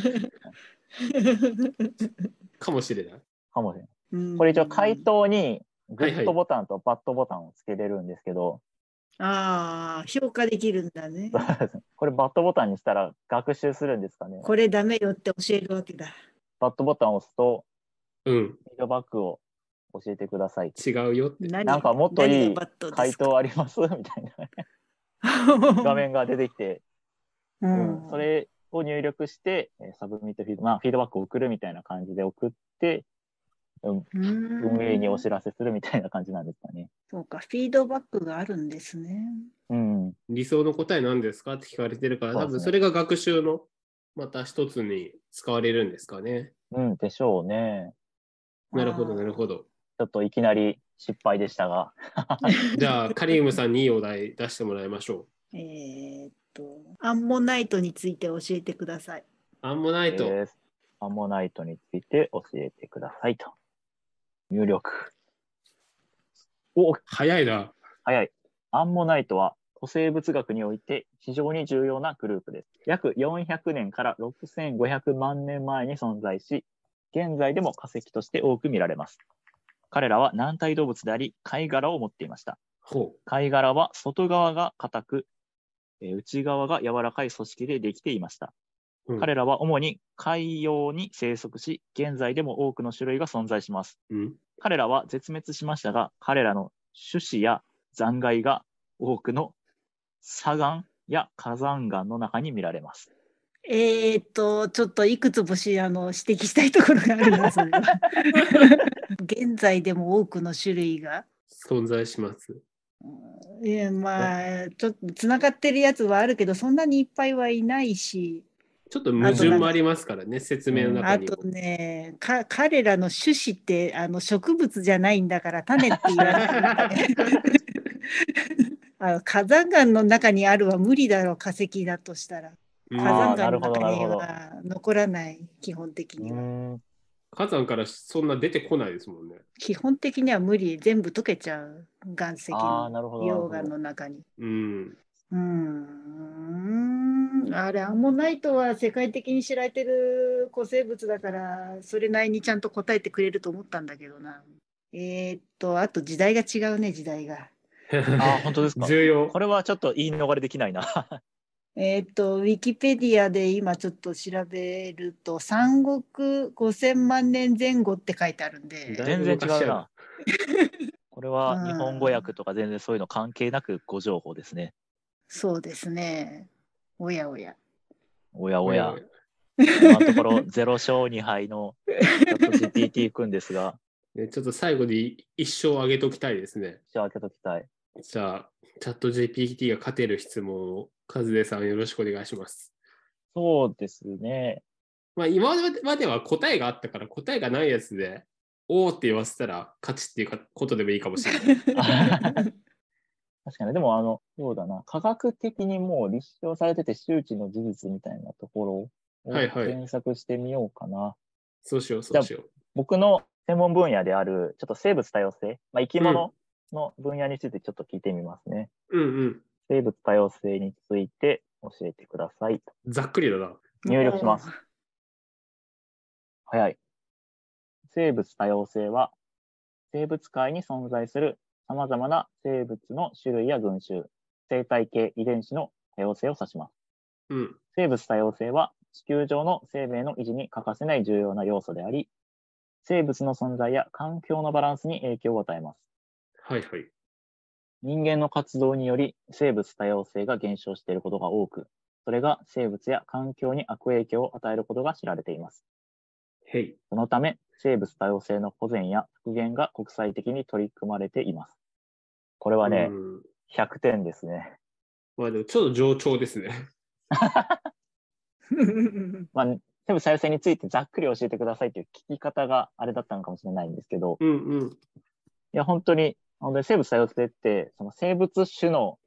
S2: かもしれない。
S3: かもしれない。
S4: うん
S3: これ一応回答にグッドボタンとバッドボタンをつけれるんですけど、
S4: ああ、評価できるんだね。
S3: これバッドボタンにしたら学習するんですかね。
S4: これダメよって教えるわけだ。
S3: バッドボタンを押すと
S2: うん、
S3: フィードバックを教えてください。
S2: 違うよって。
S4: 何
S3: なんかもっといい
S4: 何がバッドで
S3: 回
S4: すか
S3: 答ありますみたいな画面が出てきて、
S4: う
S3: うん
S4: ん、
S3: それを入力して、えーサブミットフィード、まあ、フィードバックを送るみたいな感じで送って、うん、運
S4: 運
S3: 営にお知らせするみたいな感じなんですかね。
S4: そうか、フィードバックがあるんですね。
S3: うん、
S2: 理想の答え何ですかって聞かれてるから、
S3: そう
S2: 多
S3: ですね
S2: 分それが学習のまた一つに使われるんですかね。
S3: うんでしょうね。
S2: なるほど、
S4: あー
S2: なるほど。
S3: ちょっといきなり失敗でしたが。
S2: じゃあ、カリウムさんにいいお題出してもらいましょ
S4: えーっと、アンモナイトについて教えてください。
S2: う。アンモナイト。
S3: ですアンモナイトについて教えてくださいと。入力。お、
S2: 早いな。
S3: 早い。アンモナイトは古生物学において非常に重要なグループです。約400年から6500万年前に存在し、現在でも化石として多く見られます。彼らは軟体動物であり、貝殻を持っていました。
S2: ほ
S3: 貝殻は外側が硬く、えー内側が柔らかい組織でできていました。
S2: う。うん
S3: 彼らは主に海洋に生息し、現在でも多くの種類が存在します。
S2: うん、
S3: 彼らは絶滅しましたが、彼らの種子や残骸が多くの砂岩や火山岩の中に見られます。
S4: えーっと、ちょっといくつ星あの指摘したいところがあるな、それは。現在でも多くの種類が。
S2: 存在します。
S4: うんいやまあ、ちょっとつながってるやつはあるけど、そんなにいっぱいはいないし、
S2: ちょっと矛盾もありますからね、説明の中
S4: あ
S2: にも。
S4: とね、か彼らの種子ってあの植物じゃないんだから種って言わ れてるんであの火山岩の中にあるは無理だろう化石だとしたら
S2: う
S4: 火
S2: ん
S4: 山
S3: あーな
S4: 岩
S3: る
S4: の
S3: ほど
S4: 中に
S3: な
S4: は残らない基本的には
S3: ん、
S2: 火山からそんな出てこないですもんね。
S4: 基本的には無理全部溶けちゃう岩石
S3: ああ、
S4: の
S3: なるほどなる
S4: 溶
S3: ほ
S4: 岩
S3: ど。
S4: の中に
S2: うん。
S4: うーんあれアンモナイトは世界的に知られてる古生物だからそれなりにちゃんと答えてくれると思ったんだけどなえーっとあと時代が違うね時代が
S3: あー本当です か
S2: 重要
S3: こ。れはちょっと言い逃れできないな。
S4: えーっとウィキペディアで今ちょっと調べると3億5000万年前後って書いてあるん
S2: だ
S4: で
S2: い
S3: 全
S2: ぶ
S3: 然違
S2: 昔
S3: う
S2: や
S3: な
S2: な。
S3: これは日本語訳とか全然そういうの関係なくご情報ですね。
S4: そうですねおやおや
S3: おやおや、
S2: い
S3: 今のところ0勝2敗の GPT くんですが、
S2: やねちょっと最後に一生あげときたいですね。
S3: 口を開けときたい。
S2: じゃあ、チャット GPT が勝てる質問を、カズレさんよろしくお願いします。
S3: そうですね。
S2: まあ、今までは答えがあったから、答えがないやつで、おーって言わせたら勝ちっていうかことでもいいかもしれ ない。
S3: 確かに、でも、あの、そうだな、科学的にもう立証されてて周知の事実みたいなところを
S2: はいはい
S3: 検索してみようかな。
S2: そうしよう、そうしよう。
S3: 僕の専門分野である、ちょっと生物多様性、まあ、生き物の分野についてちょっと聞いてみますね。
S2: うんうん。
S3: 生物多様性について教えてください。
S2: ざっくりだな。
S3: 入力します。早い。生物多様性は、生物界に存在する様々な生物の種類や群衆、生態系、遺伝子の多様性を指します。
S2: うん。
S3: 生物多様性は、地球上の生命の維持に欠かせない重要な要素であり、生物の存在や環境のバランスに影響を与えます。
S2: はいはい。
S3: 人間の活動により生物多様性が減少していることが多く、それが生物や環境に悪影響を与えることが知られています。
S2: へい。
S3: そのため、生物多様性の保全や復元が国際的に取り組まれています。これはね、
S2: うん
S3: 100点ですね。
S2: まあでも、ちょっと冗長ですね。
S3: まあ、生物多様性についてざっくり教えてくださいという聞き方があれだったのかもしれないんですけど、
S2: うんうん。
S3: いや、本当に、本当に生物多様性って、その生物種の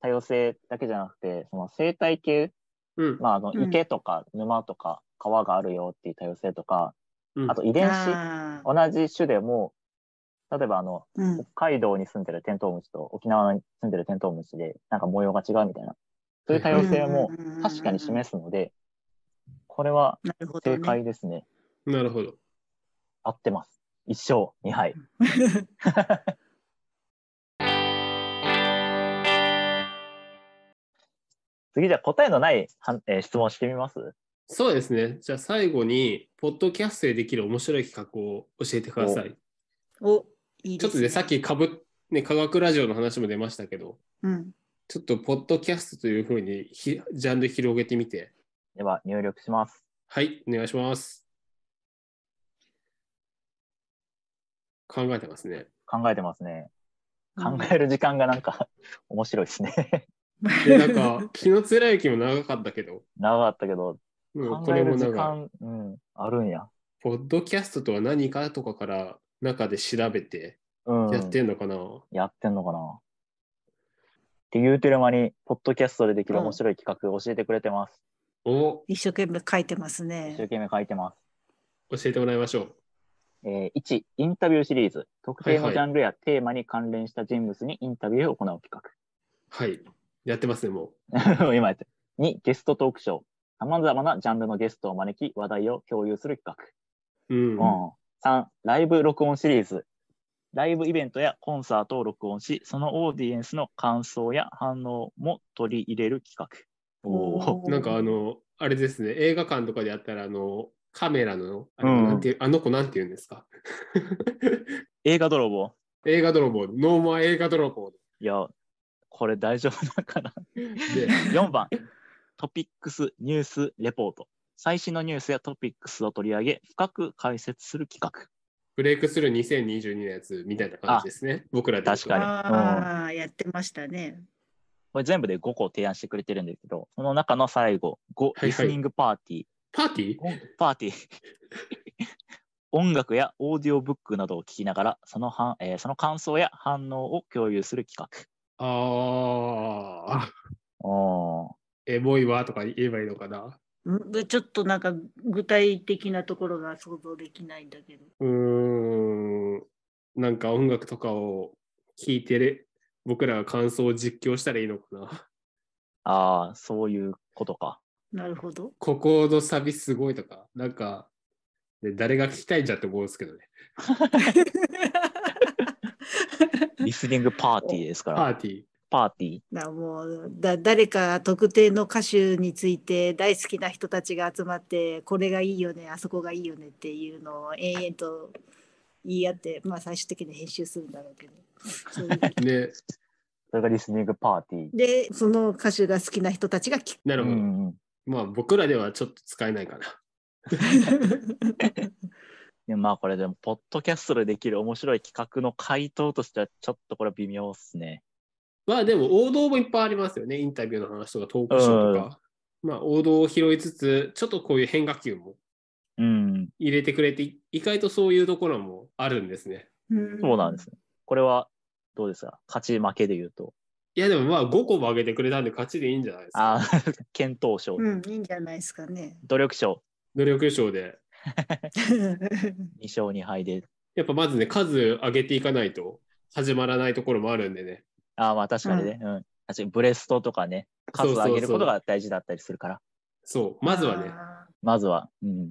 S3: 多様性だけじゃなくて、その生態系
S2: うん。
S3: まあ、あの
S4: うん
S3: 池とか沼とか川があるよっていう多様性とか、
S2: うん
S3: あと遺伝子、
S4: あー
S3: 同じ種でも、例えばあの
S4: うん
S3: 北海道に住んでるテントウムシと沖縄に住んでるテントウムシでなんか模様が違うみたいな、そういう多様性も確かに示すので、これは
S4: なるほど
S3: 正
S4: ね
S3: 解ですね。
S2: なるほど。
S3: 合ってます。一勝二敗。次じゃあ答えのないはん、えー質問してみます
S2: そうですね。じゃあ最後に、ポッドキャストでできる面白い企画を教えてください。
S4: おいい
S2: ち
S4: で
S2: ょっと
S4: す
S2: ね、
S4: ね
S2: さっきかぶっ、ね、科学ラジオの話も出ましたけど、
S4: うん
S2: ちょっとポッドキャストというふうにひジャンル広げてみて、
S3: では入力します。
S2: はい、お願いします。考えてます ね。
S3: 考えてますね。考える時間がなんか面白いですね。
S2: で、なんか、気のつらい気も長かったけど、
S3: 長かったけど、
S2: うん、こ
S3: 考
S2: れ
S3: え
S2: も
S3: る時
S2: なんか、
S3: 間、うん、あるんや。
S2: ポッドキャストとは何かとかから中で調べて
S3: うん。
S2: やってんのかな、
S3: やってんのかな。って言うてる間に、ポッドキャストでできる面白い企画教えてくれてます。
S2: を
S4: 一生懸命書いてます
S3: 一生
S4: ね。
S3: 懸命書いてます。
S2: 教えてもらいましょう。
S3: えー、1、インタビューシリーズ。特
S2: は
S3: 定
S2: いは
S3: の
S2: い
S3: ジャンルやテーマに関連した人物にインタビューを行う企画。
S2: はい、やってますね、も
S3: 今やって。2、ゲストトークショー。様々なジャンルのゲストを招き、話題を共有する企画。
S2: う。うん。
S3: 3、ライブ録音シリーズ。ライブイベントやコンサートを録音し、そのオーディエンスの感想や反応も取り入れる企画。
S4: おー
S2: なんかあの、あれですね、映画館とかでやったら、あの、カメラの、あ
S3: う
S2: の
S3: ん
S2: なんていうあの子なんて言うんですか
S3: 映画泥棒。
S2: 映画泥棒、ノーマー映画泥棒
S3: いや、これ大丈夫だから。
S2: で、
S3: 4番、トピックスニュースレポート。最新のニュースやトピックスを取り上げ、深く解説する企
S2: ブレイクスルー2022のやつみたいな感じですね、僕らで言うと
S3: 確かに
S4: ああ、やってましたね。
S3: 画。これ全部で5個提案してくれてるんですけど、その中の最後、
S2: は
S3: 5、
S2: いは
S3: リス
S2: い
S3: ニングパーティー。
S2: パーティー
S3: 音パーティー。 音楽やオーディオブックなどを聞きながら、そのはん、えーその感想や反応を共有する企画。
S2: ああ、
S3: お
S2: エモいわとか言えばいいのかな。
S4: んちょっとなんか具体的なところが想像できないんだけど。
S2: うーん、なんか音楽とかを聴いてる、僕らが感想を実況したらいいのかな。
S3: ああ、そういうこ とか。
S4: なるほど。
S2: ここのサビすごいとか、なんか、ね誰が聞きたいんじゃって思うんですけどね。
S3: リスニングパーティーですか
S2: パ
S3: ら。
S2: ーティー。
S3: パーティー。
S4: なもうだ誰か特定の歌手について大好きな人たちが集まってこれがいいよねあそこがいいよねっていうのを延々と言い合って、まあ、最終的に編集するんだろうけど。そういう
S2: ね、
S3: それがリスニングパーティー。
S4: でその歌手が好きな人たちが聞く。
S2: なるほど。
S3: うんうん
S2: まあ僕らではちょっと使えないかな。
S3: でもまあこれでも、ポッドキャストでできる面白い企画の回答としては、ちょっとこれは微妙っすね。
S2: まあでも王道もいっぱいありますよね。インタビューの話とかトークショーとか。まあ王道を拾いつつ、ちょっとこういう変化球も
S3: うん、
S2: 入れてくれて、意外とそういうところもあるんですね。
S3: そうなんです。ね。これは、どうですか勝ち負けで言うと。
S2: いやでもまあ5個も上げてくれたんで勝ちでいいんじゃないですか。
S3: ああ、 検討賞、
S4: うん、いいんじゃないですかね。
S3: 努力賞、
S2: 努力賞で。
S3: 2勝2敗で。
S2: やっぱまずね、数上げていかないと始まらないところもあるんでね。
S3: ああ、まあ確かにね。うん。確かにブレストとかね、数を上げることが大事だったりするから。
S2: そう、まずはね。
S4: あ
S3: まずは。うん。っ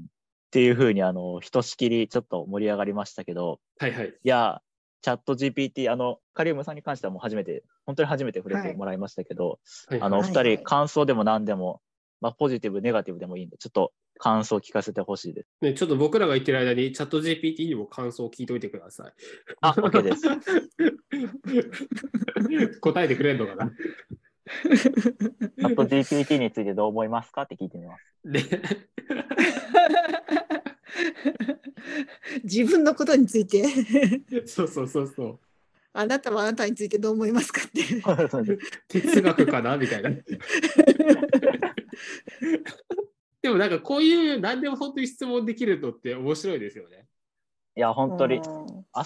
S3: ていうふうに、あの、ひとしきりちょっと盛り上がりましたけど、
S2: はいはい。
S3: いや、チャット GPT、あの、カリウムさんに関してはもう初めて、本当に初めて触れてもらいましたけど、
S2: はいはい
S3: あの、お
S4: は
S3: 二
S4: い
S3: 人、感想でも何でも、まあ、ポジティブ、ネガティブでもいいんで、ちょっと感想聞かせてほしいです。
S2: ね、ちょっと僕らが言ってる間にチャット GPT にも感想を聞いといてください。
S3: あ、OK です。
S2: 答えてくれるのか な
S3: チャット GPT についてどう思いますかって聞いてみ ます。
S2: ね。
S4: ー 自分のことについて
S2: そうそうそうそう。
S4: あなたはあなたについてどう思いますかって
S2: 哲学かなみたい な。でもなんかこういう何でも本当に質問できるのって面白いですよね。
S3: いや、本当に、
S4: うん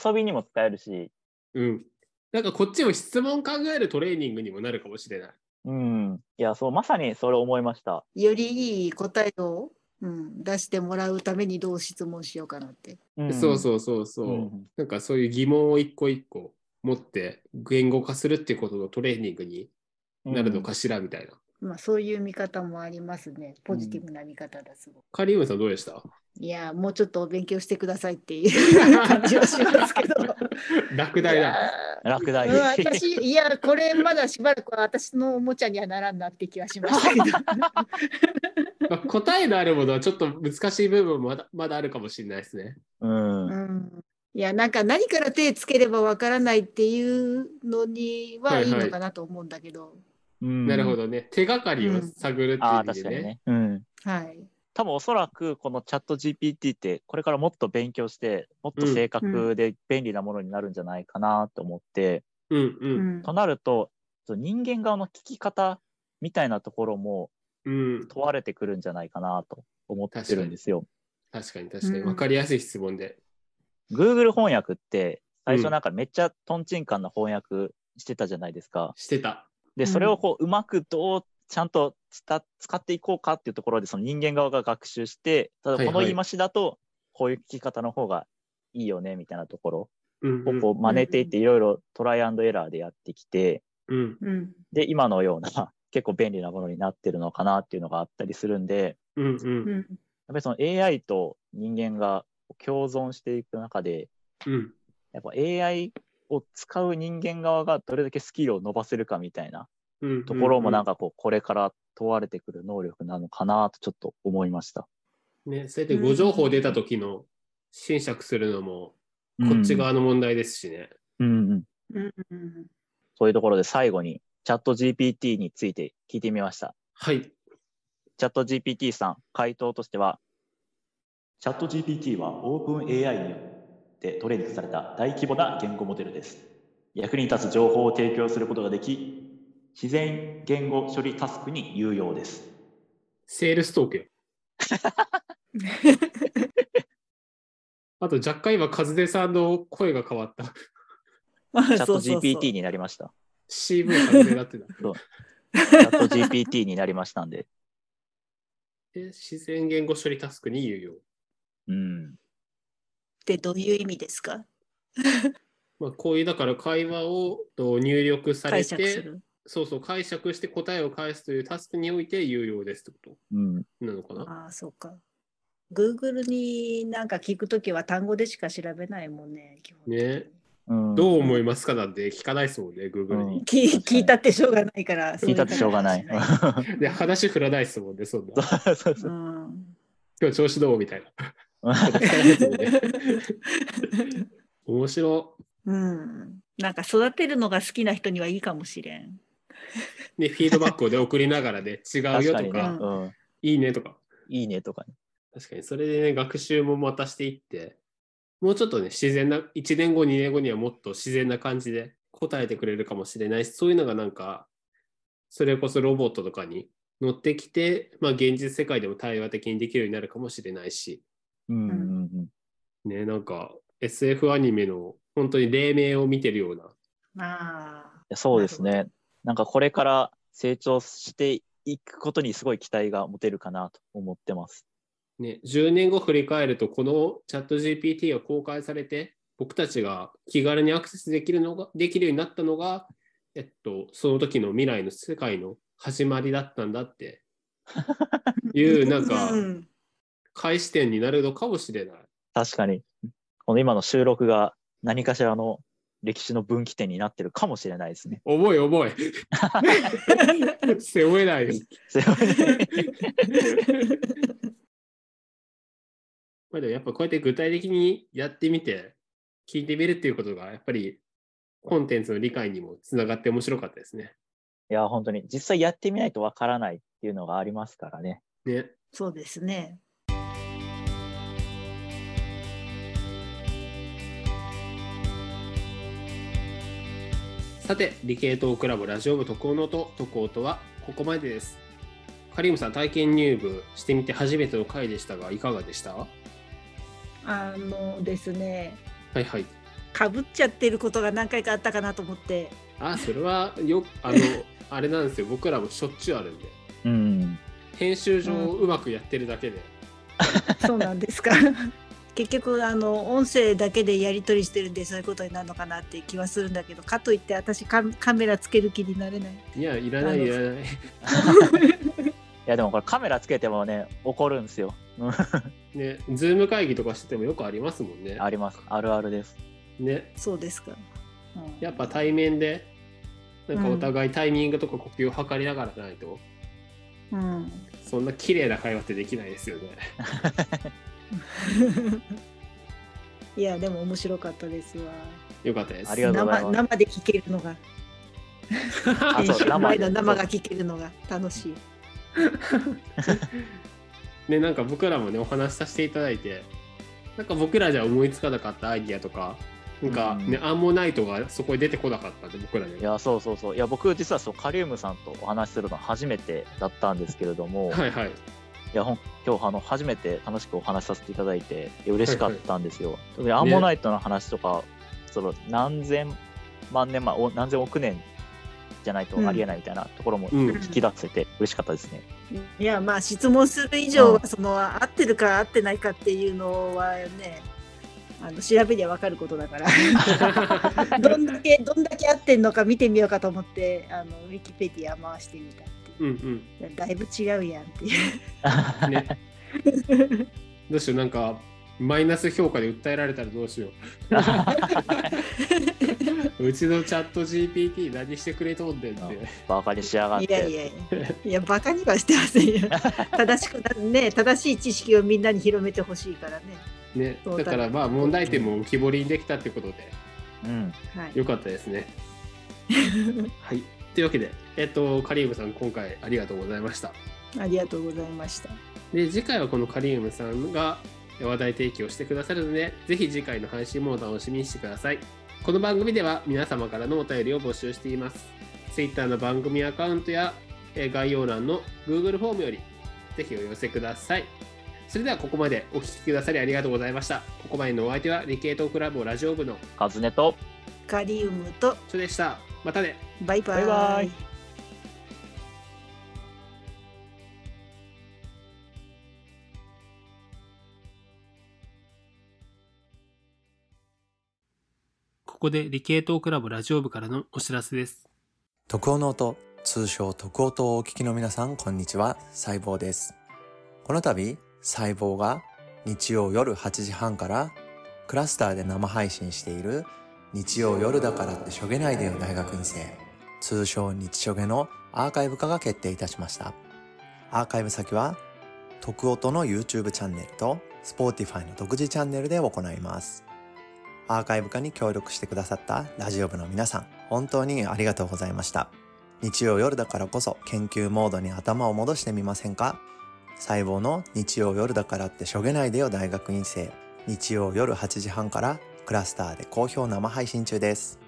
S3: 遊びにも使えるし、
S2: うん。なんかこっちを質問考えるトレーニングにもなるかもしれない。
S3: うん。いや、そう、まさにそれ思いました。
S4: よりいい答えを、うん、出してもらうためにどう質問しようかなって。
S3: うん
S2: そうそうそうそう。
S3: うん
S2: なんかそういう疑問を一個一個持って言語化するっていうことのトレーニングに
S3: うん
S2: なるのかしらみたいな。
S4: まあ、そういう見方もありますね。ポジティブな見方だ、すごい。
S2: カリウムさんどうでした
S4: いやー、もうちょっとお勉強してくださいっていう 感じはしますけど。
S2: 落第
S4: い
S2: だ。
S4: やー
S3: 落第
S4: うん、私、いや、これまだしばらくは私のおもちゃにはならんなって気がしましたけど。
S2: まあ答えのあるものはちょっと難しい部分もまだまだあるかもしれないですね。
S3: うん
S4: う。ん、いや、なんか何から手つければわからないっていうのにははいいい
S2: はい
S4: のかなと思うんだけど。
S3: うん
S2: なるほ。どね。手がかりを探るっていう
S3: あ
S2: 意
S3: あ、
S2: 味
S3: 確
S2: で
S3: か
S2: ね。
S3: にね。うん。
S4: はい。
S3: 多分おそらくこのチャット GPT ってこれからもっと勉強してもっと正確で便利なものになるんじゃないかなと思って、
S2: うんう。
S4: うんん
S3: となるとその人間側の聞き方みたいなところも
S2: うん、
S3: 問われてくるんじゃないかなと思ってるんですよ。
S2: 確かに確かに。
S4: うん
S2: 分かりやすい質問で。
S3: Google 翻訳って最初なんかめっちゃトンチンカンな翻訳してたじゃないですか。
S2: してた。
S3: でそれをこううまくどうちゃんと伝使っていこうかっていうところでその人間側が学習してただ
S2: は
S3: こ
S2: いは
S3: の
S2: い
S3: 言い回しだとこういう聞き方の方がいいよねみたいなところ。
S2: うん、うん。
S3: をこう真似ていっていろいろトライアンドエラーでやってきて
S2: うん
S4: うん。
S3: で今のような結構便利なものになってるのかなっていうのがあったりするんで
S2: うんうん
S4: うん。
S3: やっぱりその AI と人間が共存していく中で
S2: うん。
S3: やっぱ AI を使う人間側がどれだけスキルを伸ばせるかみたいな
S2: うん。
S3: ところもなん
S2: か。
S3: かこうこれから問われてくる能力なのかなとちょっと思いました。
S2: ね、それでご情報出た時の審釈するのも、こっち側の問題ですしね。
S3: うんうんうん
S4: うん うん
S3: そういうところで最後にチャット GPT について聞いてみました。
S2: はい。
S3: チャット GPT さん、回答としては、チャット GPT は OpenAI によってトレーニングされた大規模な言語モデルです。役に立つ情報を提供することができ、自然言語処理タスクに有用です。
S2: セールストークよ。あと若干今、カズデさんの声が変わった。
S3: チャッ
S4: そ
S3: ト
S4: うそうそう
S3: GPT になりました。
S2: CV カズデだ ってな。
S3: チャット GPT になりましたんで。
S2: で自然言語処理タスクに有用。
S3: うん。
S4: ってどういう意味ですか
S2: まあ、こういう、だから会話をと入力され
S4: 解釈す
S2: て、
S4: る。
S2: そうそう、解釈して答えを返すというタスクにおいて有用ですってこと。
S3: うん。
S2: なのかな
S4: ああ、そうか。Google になんか聞くときは単語でしか調べないもんね。基本的に
S2: ね
S3: うん、
S2: どう思いますかなんて聞かないですもんね、Google に。
S4: き聞いたってしょうがないから。
S3: 聞いたってしょうがない。
S4: そういう
S2: で、話振らないですもんね、そんな。
S3: そうそう そう
S4: のはし
S2: 今日調子どうみたいな。 面白
S4: ないうん。うん。なんか育てるのが好きな人にはいいかもしれん。
S2: い。ね、フィードバックを、ね、送りながらね、違う
S3: 確
S2: よ
S3: か
S2: と
S3: に
S2: か
S3: ね、
S4: か
S3: うん。
S2: いいねとか。
S3: いいねとかね。
S2: 確かに、それでね、学習もまたしていって、もうちょっとね、自然な、1年後、2年後にはもっと自然な感じで答えてくれるかもしれないし、そういうのがなんか、それこそロボットとかに乗ってきて、まあ、現実世界でも対話的にできるようになるかもしれないし、
S3: うんうんうん
S2: ね、なんか SF アニメの本当に黎明を見てるような、
S4: ああ。
S3: いやそうですね。なんかこれから成長していくことにすごい期待が持てるかなと思ってます。
S2: ね、10年後振り返ると、このチャット GPT が公開されて、僕たちが気軽にアクセスできるのができるようになったのが、えっと、その時の未来の世界の始まりだったんだっていう、なんか、
S4: うん
S2: 開始点になるのかもしれない。
S3: 確かに、この今の収録が何かしらの歴史の分岐点になってるかもしれないですね。
S2: 重い重い。背負えないよ。
S3: それはね
S2: まあでもやっぱこうやって具体的にやってみて、聞いてみるっていうことが、やっぱりコンテンツの理解にもつながって面白かったですね。
S3: いや、本当に実際やってみないとわからないっていうのがありますからね。
S2: ね。
S4: そうですね。
S2: さて、理系トークラブラジオ部特応の音、特応とはここまでです。カリウムさん、体験入部してみて初めての回でしたが、いかがでしたは
S4: あのですね、
S2: いはい。
S4: かぶっちゃってることが何回かあったかなと思って、
S2: あ、それはよ、あ の、あれなんですよ。僕らもしょっちゅうあるんで。
S3: うん。
S2: 編集上うまくやってるだけで。
S4: そうなんですか。 結局あの音声だけでやり取りしてるんでそういうことになるのかなって気はするんだけどかといって私カカメラつける気になれない
S2: いや、いらない、いらない。
S3: いや、でもこれカメラつけてもね、怒るんですよ。
S2: ね、ズーム会議とかしててもよくありますもんね。
S3: あります。あるあるです。
S2: ね、
S4: そうですか、うん
S2: やっぱ対面で、なんか
S4: うん
S2: お互いタイミングとか呼吸を測りながらないと、
S4: うん、
S2: そんな綺麗な会話ってできないですよね。
S4: いやでも面白かったですわ
S2: よかったです。
S3: ありがとうございます
S4: 生生で聞けるのが
S3: あそう
S4: 編集前の
S3: 生で
S4: 生が聞けるのが楽しい
S2: ね、なんか僕らもね、お話しさせていただいて、なんか僕らじゃ思いつかなかったアイディアとか、なんかね、
S3: うん
S2: アンモナイトがそこに出てこなかったんで、僕らで
S3: いや、そうそうそう。いや、僕実はそう、カリウムさんとお話しするの初めてだったんですけれども、
S2: はいはい。
S3: いや、ほん今日あの初めて楽しくお話しさせていただいて、いや嬉しかったんですよ。特にアンモナイトの話とか、その何千万年前、お何千億年じゃないとありえないみたいなところも
S2: うん。
S3: 引き出せて嬉しかったですね。
S4: いやまあ質問する以上
S3: う
S4: はその合ってるか合ってないかっていうのはねあの調べりゃ分かることだか らどんだけどんだけ合ってんのか見てみようかと思ってあのウィキペディア回してみたって
S2: う
S4: いう
S2: んうん。
S4: だいぶ違うやんっていう
S2: ね。どうしよう、なんか、マイナス評価で訴えられたらどうしよ う。うちのチャット GPT 何してくれとんねんって。
S3: バカにしやがっ
S4: い
S3: て。
S4: やいやいやいやバカにはしてません よ正しくなね正しい知識をみんなに広めてほしいからね
S2: ね、
S4: そう
S2: だ
S4: だ
S2: からまあ問題点も浮き彫りにできたってことで
S3: うん。
S4: はい
S2: 良かったですね。はい、というわけで、えっと、カリウムさん今回ありがとうございました。
S4: ありがとうございました
S2: で次回はこのカリウムさんが話題提供してくださるのでぜひ次回の配信もお楽しみにしてくださいこの番組では皆様からのお便りを募集しています Twitter の番組アカウントやえー概要欄の Google フォームよりぜひお寄せくださいそれではここまでお聞きくださりありがとうございましたここまでのお相手は理系トークラボラジオ部の
S3: カズネと、
S4: カリウムと
S2: チョでしたまたね
S4: バイバイ
S3: バイバイ
S2: ここで理系トークラボラジオ部からのお知らせです
S5: 徳音の音、通称徳音をお聞きの皆さん、こんにちは、細胞です。この度、細胞が日曜夜8時半からクラスターで生配信している日曜夜だからってしょげないでよ大学院生、通称日しょげのアーカイブ化が決定いたしました。アーカイブ先は、徳音の YouTube チャンネルと Spotify の独自チャンネルで行います。アーカイブ化に協力してくださったラジオ部の皆さん、本当にありがとうございました。日曜夜だからこそ研究モードに頭を戻してみませんか細胞の日曜夜だからってしょげないでよ大学院生日曜夜8時半からクラスターで好評生配信中です。